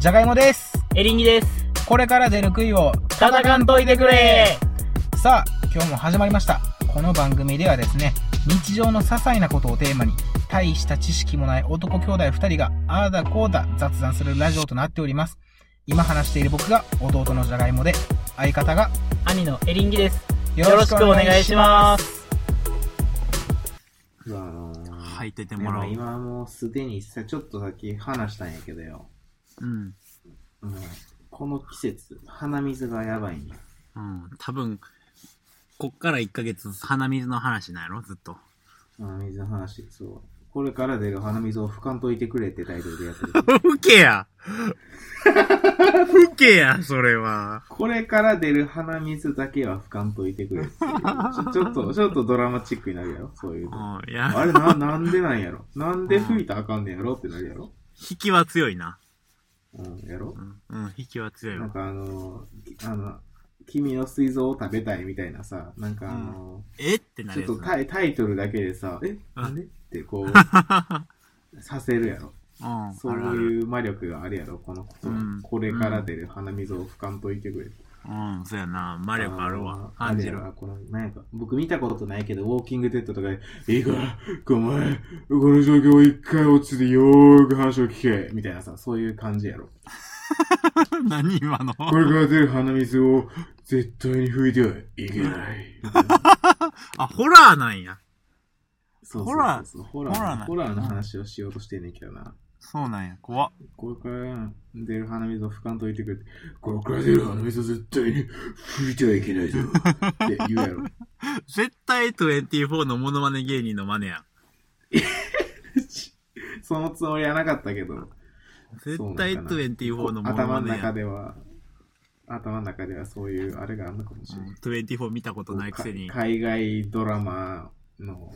じゃがいもです。エリンギです。これから出る杭を戦んといてくれさあ、今日も始まりました。この番組ではですね、日常の些細なことをテーマに、大した知識もない男兄弟2人が、ああだこうだ雑談するラジオとなっております。今話している僕が弟のじゃがいもで、相方が兄のエリンギです。よろしくお願いします。いやあのー履いててでもらもおう。今もうすでにさ、ちょっとさっき話したんやけどよ。うん。もうこの季節、鼻水がやばいんや。うん。多分、こっから1ヶ月鼻水の話なんやろずっ と。鼻水の話、そう。これから出る鼻水を拭かんといてくれってタイトルでやっ てる。ふけやふけや、それは。これから出る鼻水だけは拭かんといてくれっていうちょ。ちょっと、ちょっとドラマチックになるやろそういうの。うん。いや、あれな、なんでなんやろなんで拭いたらあかんねやろってなるやろ引きは強いな。うん、やろうん。うん、引きは強いなんわ。かあのーきあの、君の膵臓を食べたいみたいなさ、なんかあのーえってなちるやょっとつタな。イタイトルだけでさ、えうんなんでってこう、 させるやろ。うん。そうあるある。いう魔力があるやろ、このこと、うんこれから出る鼻水を拭かんといてくれ。うん、そうやな。魔力あるわ。あー感じるあれや。ろこのなんやか僕見たことないけど、ウォーキングデッドとかで、いいか、お前、この状況を一回落ちてよーく話を聞け、みたいなさ、そういう感じやろ。 何今のこれから出る鼻水を絶対に拭いてはいけない。あ、ホラーなんや。そうそうそ うホラーホラーホラーなのホラーの話をしようとしてんねんけどな。そうなんや。怖っ。これから出る鼻水を拭かんといてくれて、これから出る鼻水を絶対に拭いてはいけないぞ。って言うやろ。絶対24のモノマネ芸人のマネやん。そのつもりはなかったけど、絶対24のモノ頭マのネや中ん。では、頭の中ではそういうあれがあるのかもしれない。うん24見たことないくせに。海外ドラマの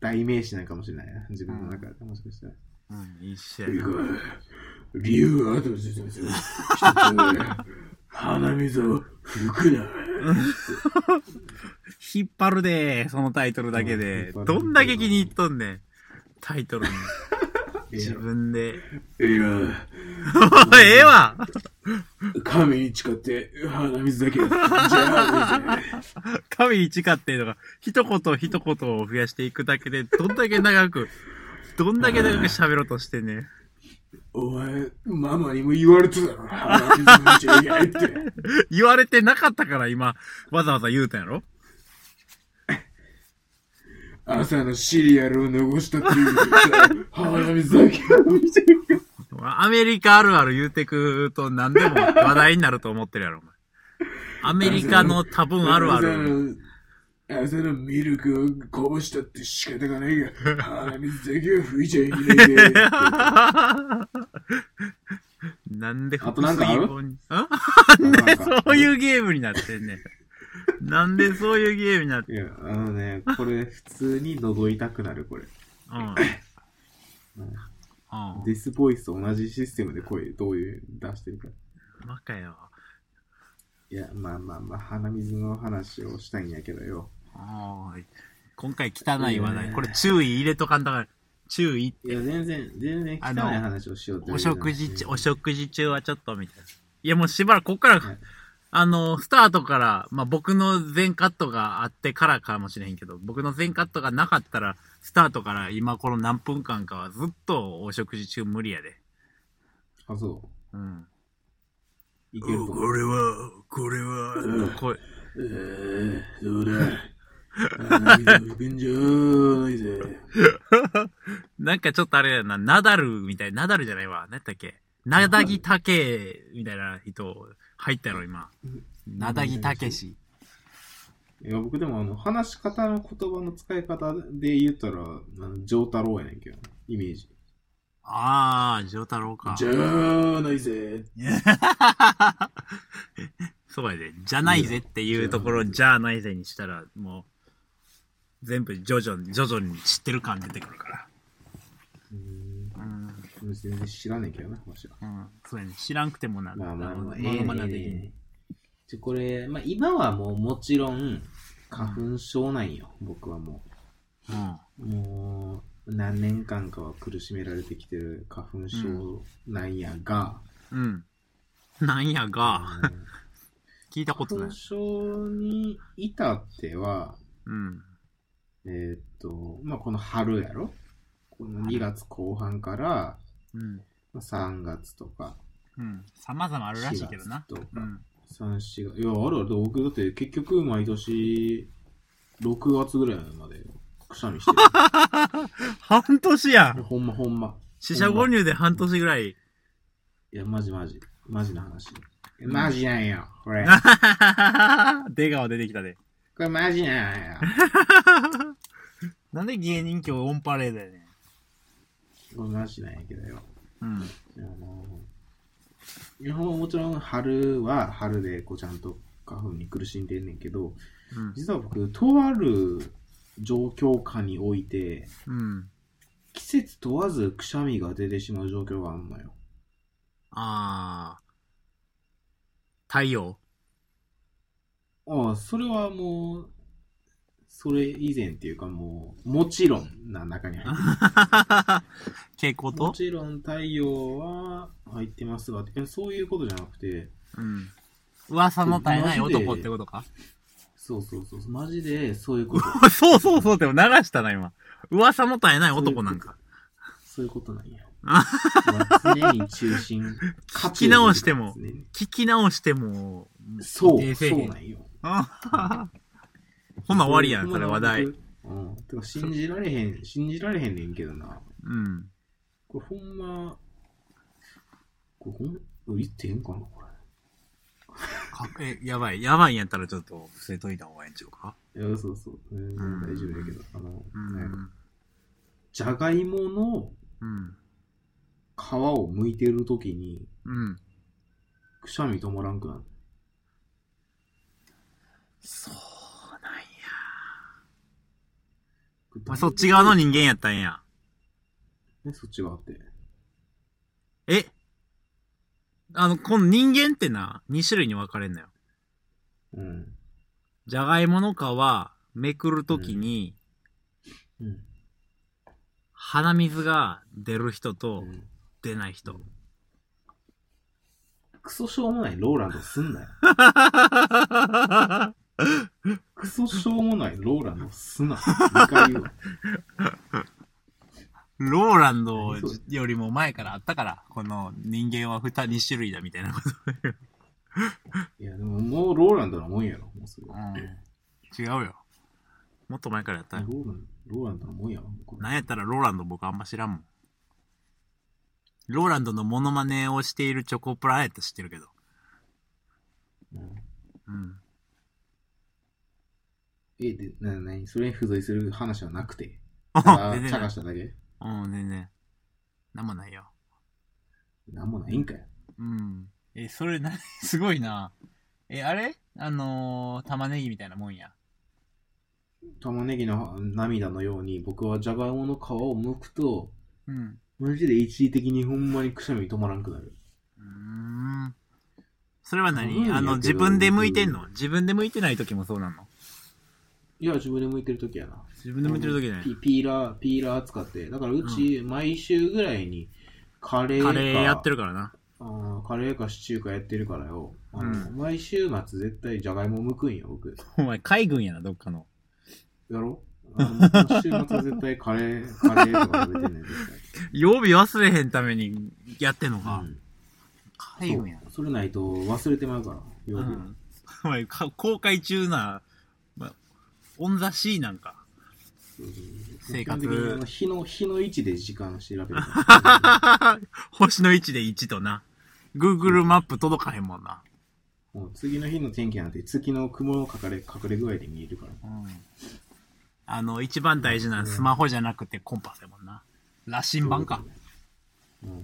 代名詞なんかもしれないな。自分の中で、もしかしたら。うん、一緒やいいなか。理由は後で説明する。一つ鼻水を拭くな。引っ張るで、そのタイトルだけで。うんどんだけ気に入っとんねん。タイトルに。自分で。今、 ええわ神に誓って鼻水だけ。じゃあ、神に誓ってとか、一言一言を増やしていくだけで、どんだけ長く、どんだけ長く喋ろうとしてんねん。お前、ママにも言われてたろ。鼻水見ちゃいけないって。言われてなかったから今、わざわざ言うたんやろ朝のシリアルを残したっていう鼻水だけ見ちゃいけない。アメリカあるある言うてくと何でも話題になると思ってるやろ、お前。アメリカの多分あるある。朝の。朝のミルクをこぼしたって仕方がないが、鼻水だけは拭いちゃいけないで。なんであとなんかある複数にんなんかそういうゲームになってんねん。なんでそういうゲームになっていや、あのね、これ普通に喉痛くなる、これ。うん。うん。ディスボイスと同じシステムで声どういう出してるか。バカよ。いや、まあまあまあ、鼻水の話をしたいんやけどよ。おーい今回汚い話いい題。ねこれ注意入れとかんだから。注意。いや、全然、全然汚あいの話をしようっておわけじゃな食い事中、お食事中はちょっとみたいな。いやもうしばらく、こっからはい、あの、スタートから、まあ、僕の全カットがあってからかもしれへんけど、僕の全カットがなかったら、スタートから今この何分間かはずっとお食事中無理やで。あ、そうん。う。いけると思う。これは、これうんは、これえー、どうだ鼻水をくんじゃないぜ。なんかちょっとあれやな、ナダルみたい、ナダルじゃないわ。何やったっけナダギタケみたいな人入ったやろ、今。ナダギタケシ。いや、僕でも、あの、話し方の言葉の使い方で言ったら、あの、上太郎やねんけど、イメージ。あー、ジョータロウか。じゃーないぜ。そうやで。じゃないぜっていうところ、じゃあないぜにしたら、もう、全部徐々に、徐々に知ってる感出てくるから。うーんうん。全然知らねえけどな、話は。うん。そうやね。知らんくてもなる。まあまあまあ、のええモノマネねはえでえきえる。ねじゃ、これ、まあ今はもうもちろん、花粉症なんよ、僕はもうん。う。もう、何年間かは苦しめられてきてる花粉症なんやが、うん。なんやが、うん聞いたことない花粉。症に至っては、うん。えーっと、まあこの春やろこの2月後半からうん。まあ3月とか、うん。様々あるらしいけど4な月。とか、うん。三四月。いや、あるある。僕、だって結局、毎年、6月ぐらいまで、くしゃみして半年やる。ほんまほんま。死者誤入で半年ぐらい。いや、マジマジ。マジな話。マジなんよ、これ。 出川出てきたで。これマジなんよ。なんで芸人今日オンパレードやねん。これマジなんやけどよ。うん。あの日本はもちろん春は春で、こう、ちゃんと花粉に苦しんでんねんけど、うん。実は僕、とある状況下において、うん。季節問わずくしゃみが出てしまう状況があんのよ。あー。太陽ああ、それはもう、それ以前っていうかもう、もちろんな中に入ってま 蛍光す。もとちろん太陽は入ってますが、いやそういうことじゃなくて、うん。噂の絶えない男ってことかそうそうそう、マジでそういう こと、そうそうそうって流したな、今。噂の絶えない男なんか。そういうことなんやあ。常に中心、聞き直しても常に聞き直しても、 そう、冷静そにうなんよ。あほな終わりやん、それ話題。僕。うん。てか信じられへん、信じられへんねんけどな。うん。これほんま、これほん、言ってへんかな、これ。かえ、やばい。やばいんやったらちょっと伏せといた方がいいんちゃうかいや、そうそう。全然大丈夫だけど。あの、うん。なんやろじゃがいものうん。皮を剥いてるときに、うん。くしゃみ止まらんくなる。そうなんや。まあ、そっち側の人間やったんや。ね、そっち側って。えあの、この人間ってな、2種類に分かれんのよ。うん。じゃがいもの皮、めくるときに、うん。鼻水が出る人うと、ん、出ない人。クソしょうもないローランドすんなよ。クソしょうもないローランドすな。2 回言うわ。ローランドよりも前からあったから、この人間は二二種類だみたいなこと。いや、でももうローランドのもんやろ。もうそれは。違うよ。もっと前からやったよロ。ーランド、ローランドのもんやろ。これなんやったらローランド僕あんま知らんもん。ローランドのモノマネをしているチョコプラやったら知ってるけど。うんうん。え、で、な、なに、それに付随する話はなくて。ただ全然茶な化い。しただけうん、全然。なんもないよ。なんもないんかよ。うん。え、それな、 すごいな。え、あれあのー、玉ねぎみたいなもんや。玉ねぎの涙のように僕はじゃがいもの皮を剥くとうん。マジで一時的にほんまにくしゃみ止まらんくなるうーんそれは多分何やあけどの、自分で向いてんの自分で向いてない時もそうなのいや自分で剥いてる時やな自分で向いてる時じゃないピピーラーピーラー使ってだからうち毎週ぐらいにカレーか、カレーやってるからな。あーカレーかシチューかやってるからよあの、う毎週末絶対じゃがいも剥くんよ僕お前、海軍やな、どっかの。やろあ の週末は絶対カレーカレーとか食べてんねん絶 曜日忘れへんためにやってんの対、か。うん海軍やそうそれないと忘れてまうからよな。うく、ん。お前、か公開中な、ま、オンザシーなんか。生活基本的にあの日の、日の位置で時間調 べる。星の位置で1とな。Google マップ届かへんもんな。もう次の日の天気なんて月の雲の隠れ、隠れ具合で見えるから。うん。あの、一番大事なのはスマホじゃなくてコンパスやもんな。羅針盤か。うん。い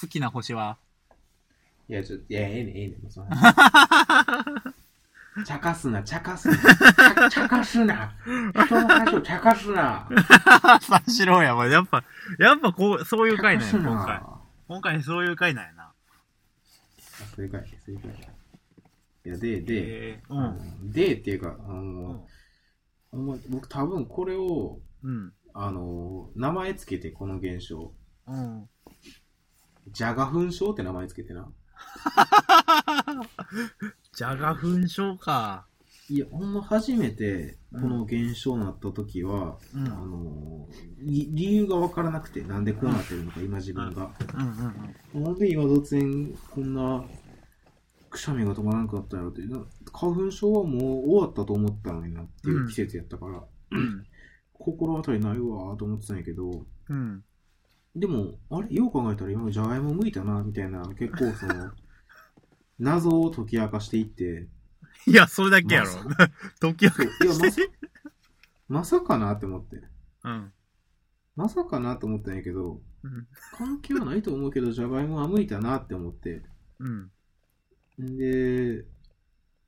好きな星は や、ちょっと、いや、ええねんええねんもうその話茶化すな、茶化すな。茶茶化すな。人の話を茶化すな。三四郎やばい。やっぱ、やっぱこう、そういう茶回化なんすや、今回。な。今回そういう回なんやな。正解、正解。いや、で、で、えー、うん。でっていうか、あの、ほんま僕多分これを、うん。あの、名前つけて、この現象。うん。ジャガ粉症って名前つけてな。じゃが粉症か。いや、ほんま初めて、この現象になった時は、うんあのーり理由がわからなくて、なんでこうなってるのか、今自分が。うんうんうん。なんで今突然、こんな、くしゃみが止まらなくなったんやろって。な花粉症はもう終わったと思ったのになっていう季節やったから、うん。心当たりないわーと思ってたんやけど、うん。でも、あれよう考えたら今、じゃがいも向いたな、みたいな、結構 その、謎を解き明かしていって、いや、それだけやろま。時をそういや、 まさ、まさかなって思って。うん。まさかなと思ったんやけど、うん。関係はないと思うけど、じゃがいもは向いたなって思って。うん。んで、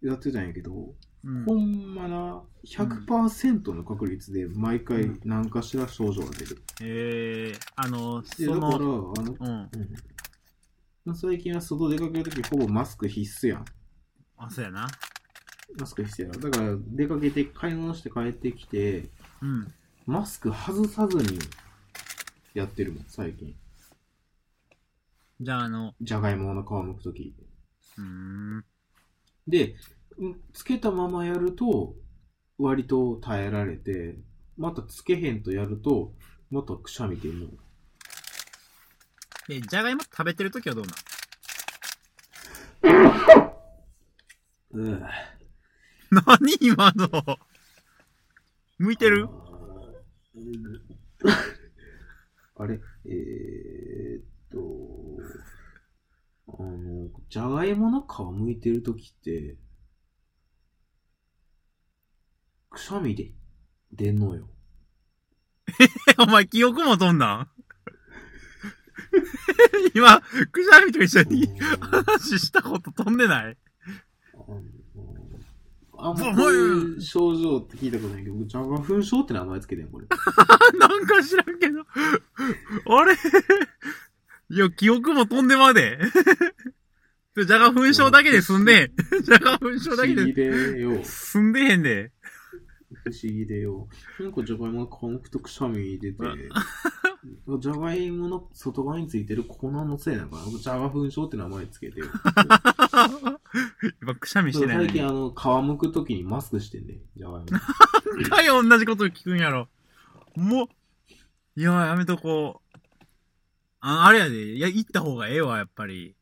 やってたんやけど、うんほんまな、100%の確率で毎回何かしら症状が出る。えー、あの、でそだから、あの、の、うん。うん最近は外出かけるときほぼマスク必須やん。あ、そうやな。マスク必須やろ。だから、出かけて買い物して帰ってきて、うん。マスク外さずにやってるもん、最近。じゃあ、あの、じゃがいもの皮むくとき。うーん。で、うんつけたままやると、割と耐えられて、またつけへんとやると、またくしゃみっていうの。で、じゃがいも食べてるときはどうなんうぅ。 何今の向いてるあーうんあれえー、っと、あの、じゃがいもの皮むいてるときって、くしゃみで出んのよ。え、 お前記憶も飛んだ ん今、くしゃみと一緒に話したこと飛んでない あんまこういう症状って聞いたことないけど、僕、ジャガ粉症って名前つけてん、これ。あ、なんか知らんけど。 あれ いや、記憶も飛んでまで。 じゃが粉症だけで済んで。じゃが粉不症だ思け議ででよ。済んでへんで。不思議でよ。なんかじゃがいもが乾くとくしゃみ出て、じゃがいもの外側についてる粉のせいなのかな。僕ジャガ粉症って名前つけてよ。今、 くしゃみしてないの最近、に。あの、皮むくときにマスクしてんね。じゃがいも。何回同じこと聞くんやろ。もう、いや、やめとこう。ああれやで、いや、行った方がええわ、やっぱり。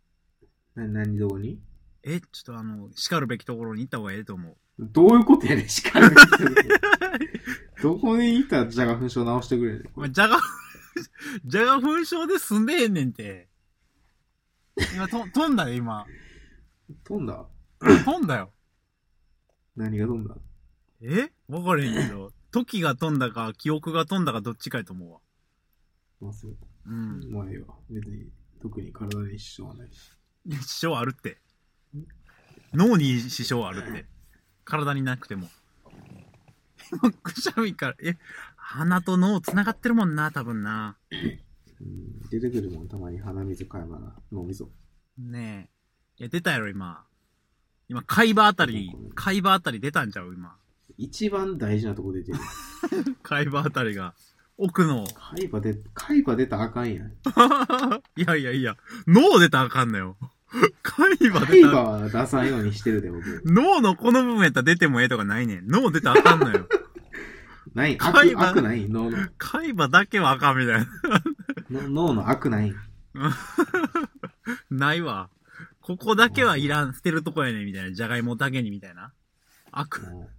な何どうにえ、ちょっとあの、叱るべきところに行った方がええと思う。どういうことやねん、しかるべきところどこにいたらじゃが粉症直してくれるお前、じゃ が、じゃが粉症で済んでへんねんて。今、と飛んだで、今。飛んだ飛んだよ。何が飛んだえわかれへんけど。時が飛んだか、記憶が飛んだか、どっちかやと思うわ。忘れたうん。まあいいわ。別に、特に体に支障はないし。支障あるって。脳に支障あるって。体になくても。今くしゃみから、え、鼻と脳繋がってるもんな、多分な。うん、出てくるもん、たまに鼻水かえばな、脳みそ。ねえ。いや、出たやろ、今。今、海馬あたり、海馬あたり出たんちゃう、今。一番大事なとこ出てる。海馬あたりが。奥の。海馬出、海馬出たらあかんや ん。いやいやいや、脳出たらあかんのよ。海馬出海たらあかん馬は出さんようにしてるで、僕。脳のこの部分やったら出てもええとかないねん。脳出たらあかんのよ。ない、海悪、馬悪ない、脳の、海馬だけはあかんみたいな。の脳の悪ない。 ないわ。ここだけはいらん、捨てるとこやねんみたいな。じゃがいもだけにみたいな。悪。も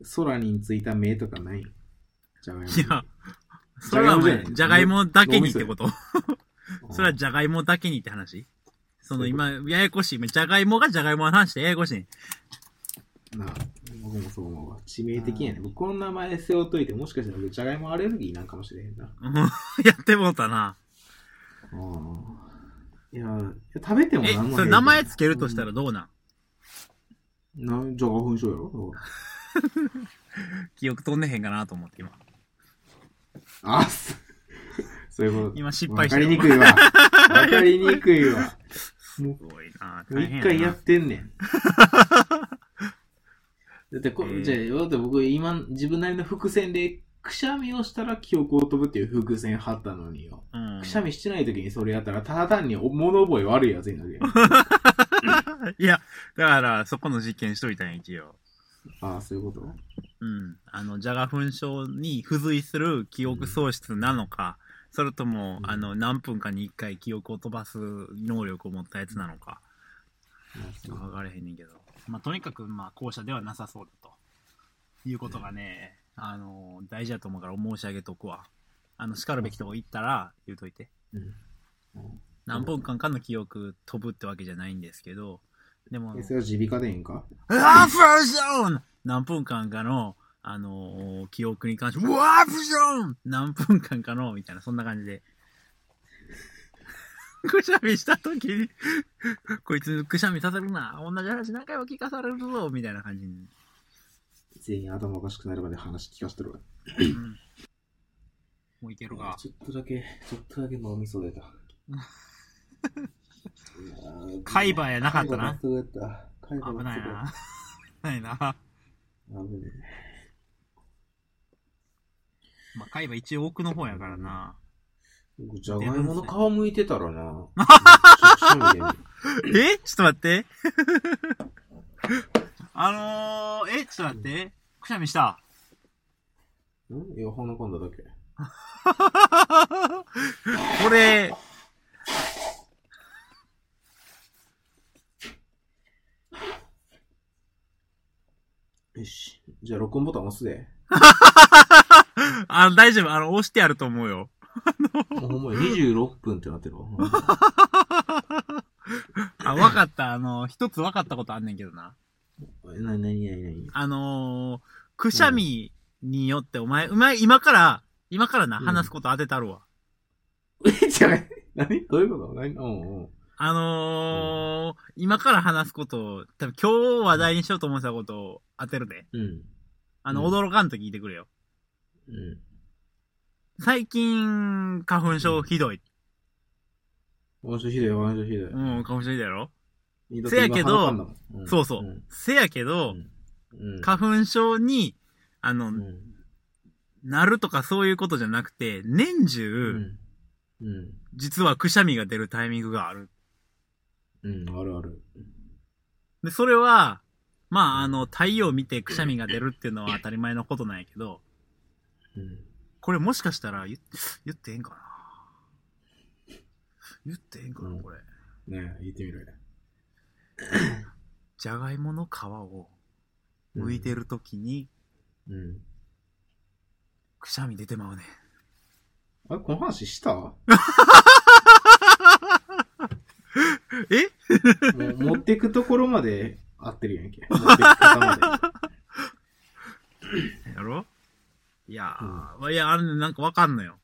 う空についた目とかない。じゃがいも。いや、それはお前、じじゃゃががいいももだだけけににってこと。うんそれはじゃがいもだけにって話そのそういうこ今、ややこしい。今じゃがいもがじゃがいもの話でややこしい。なあ僕もそう思うわ。致命的やね。僕この名前背負っといて、もしかしたら僕、じゃがいもアレルギーなんかもしれへんな。うん やってもうたな。うんいや、食べてもえ、なんもそれない名前つけるとしたらどうなんなじゃあ花粉症やろ記憶飛んでへんかなと思って今。あす そういうこと。今失敗してわるかりにくいわ。わかりにくいわ。すごいなもう大変な一回やってん ねん。だってこ、えーじゃあ、だって僕今、自分なりの伏線で、くしゃみをしたら記憶を飛ぶっていう伏線張ったのによ。うん。くしゃみしてない時にそれやったら、ただ単に物覚え悪いやつにな るやん。いや、だから、そこの実験しといたんや、一応。ああ、そういうことうん。あの、ジャガ粉症に付随する記憶喪失なのか、それとも、うんあの、何分かに一回記憶を飛ばす能力を持ったやつなのか、ああそうわかれへんねんけど。まあ、とにかく、まあ、後者ではなさそうだと。いうことがね、あの、大事だと思うから申し上げとくわ。あの、叱るべきとこ行ったら、言うといて。うん何分間かの記憶飛ぶってわけじゃないんですけど、でもえ、、それは耳鼻科でええんかワープション何分間かの、あのー記憶に関して、ワープション何分間かの、みたいな、そんな感じで。 くしゃみしたときに、こいつくしゃみさせるな、同じ話何回も聞かされるぞ、みたいな感じに。全員頭おかしくなるまで話聞かしてるわ。うんもういけるか。ちょっとだけ、ちょっとだけ脳みそ出 た。カイバーやなかったな。海馬がすぐやった。海馬危が ないすぐやっな。ないな。また危ねあ、海馬一応奥の方やからな。え僕じゃがいもの皮むいてたら な。めっちゃくちゃ見えるえちょっと待って。 あのー、えちょっと待って。くしゃみした。んいや、鼻かんだだけ。これ、 よし。じゃあ、録音ボタン押す で。あの、大丈夫。あの、押してやると思うよ。もうほんまや26分ってなってるわ。あ、わかった。あの、一つわかったことあんねんけどな。えなになになになにあのー、くしゃみによって、お前、お前、今から、今からな、うん話すこと当てたるわ。え、じゃあ、何どういうこと何うんうん。あのー、今から話すことを、多分今日話題にしようと思ってたことを当てるで。うん。あの、うん驚かんと聞いてくれよ。うん。最近、花粉症ひどい。話ひどい、話ひどい。うん、花粉症ひどいやろ、うんせやけど、うんそうそう。んせやけど、うん。花粉症に、あの、うん。なるとかそういうことじゃなくて、年中、うん。うん。実はくしゃみが出るタイミングがある。うん、あるある。で、それは、まあ、あの、太陽を見てくしゃみが出るっていうのは当たり前のことなんやけど、うん。これもしかしたら言っ、言ってええんかな言ってええんかうなんこれ。ねえ、言ってみろよ。じゃがいもの皮を剥いてるときに、うん。くしゃみ出てまうね。あれ、この話したも えう持ってくところまで合ってるやんけ。持ってく 方まで。やろいやー、いや、あれねなんかわかんのよ。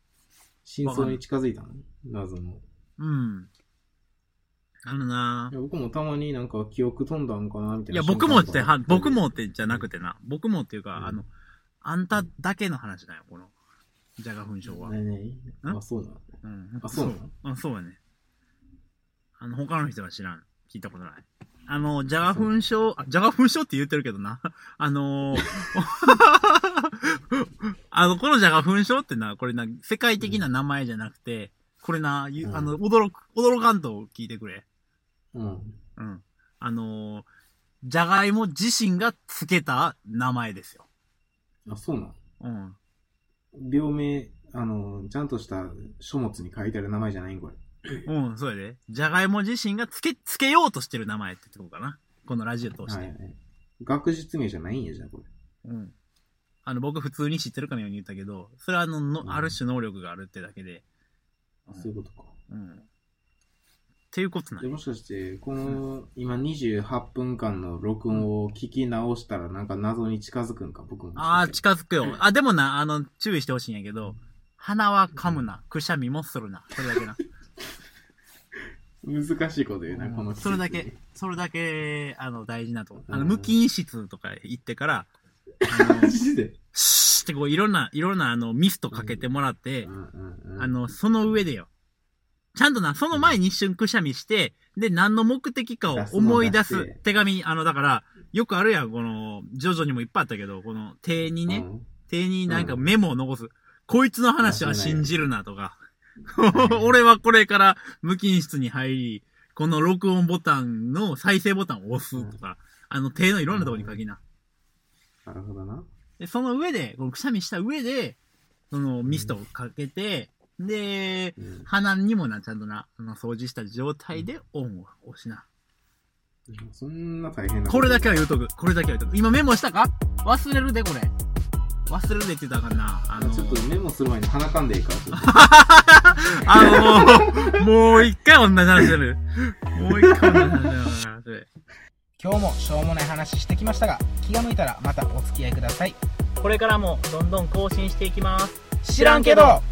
真相に近づいたの謎の。うん。あのないや僕もたまになんか記憶飛んだんかなみたいいや、な。僕もって、は瞬間とか僕もってじゃなくてな。僕もっていうか、うんあの、あんただけの話だよ、この、じゃが粉症は。ねえねえんあ、そうなのうん。あそうなのううん、そうやね。あの、他の人は知らん。聞いたことない。あの、じゃが粉症、あ、じゃが粉症って言ってるけどな。 あのー、あの、このじゃが粉症ってな、これな、世界的な名前じゃなくて、これな、ゆうんあの、驚く、驚かんと聞いてくれ。うん。うん。あのー、じゃがいも自身がつけた名前ですよ。あ、そうなのうん。病名、あの、ちゃんとした書物に書いてある名前じゃないんこれ。うん、そうやで。じゃがいも自身がつけ、つけようとしてる名前ってとこかな。このラジオ通して。はいはい。学術名じゃないんやじゃん、これ。うん。あの、僕普通に知ってるかのように言ったけど、それはあの、のうんある種能力があるってだけで。うんそういうことか。うん。っていうことなでのもしかして、この今28分間の録音を聞き直したらなんか謎に近づくんか、僕も。ああ、近づくよ。あ、でもな、あの、注意してほしいんやけど、鼻は噛むな、くしゃみもするな。それだけな。難しいこと言うな、この季節それだけ、 それだけ、あの、大事なとこ。あうの、ん無菌室とか行ってから、あのマジで。シーってこう、いろんな、いろんな、あの、ミストかけてもらってう、んうんうんあ、の、その上でよ。ちゃんとな、その前に一瞬くしゃみして、で、何の目的かを思い出出すのす出して手紙、あの、だから、よくあるやん、この、ジョジョにもいっぱいあったけど、この、手にね、うん手になんかうんメモを残す。こいつの話は信じるなとか。ない 俺はこれから無菌室に入り、この録音ボタンの再生ボタンを押すとか、あの手のいろんなところに書きな。なるほどな。で、その上で、このくしゃみした上で、そのミストをかけて、で、うん鼻にもな、ちゃんとな、あの掃除した状態でオンを押しな。そんな大変なこれだけはは。言うとく。これだけは言うとく。今メモしたか忘れるで、これ。忘れるでって言ったらあかんな。あのちょっとメモする前に鼻かんでいいから、ちょっあの、もう、もう一回同じ話してる。もう一回同じ話してる。今日もしょうもない話してきましたが気が向いたらまたお付き合いくださいこれからもどんどん更新していきます。知らんけど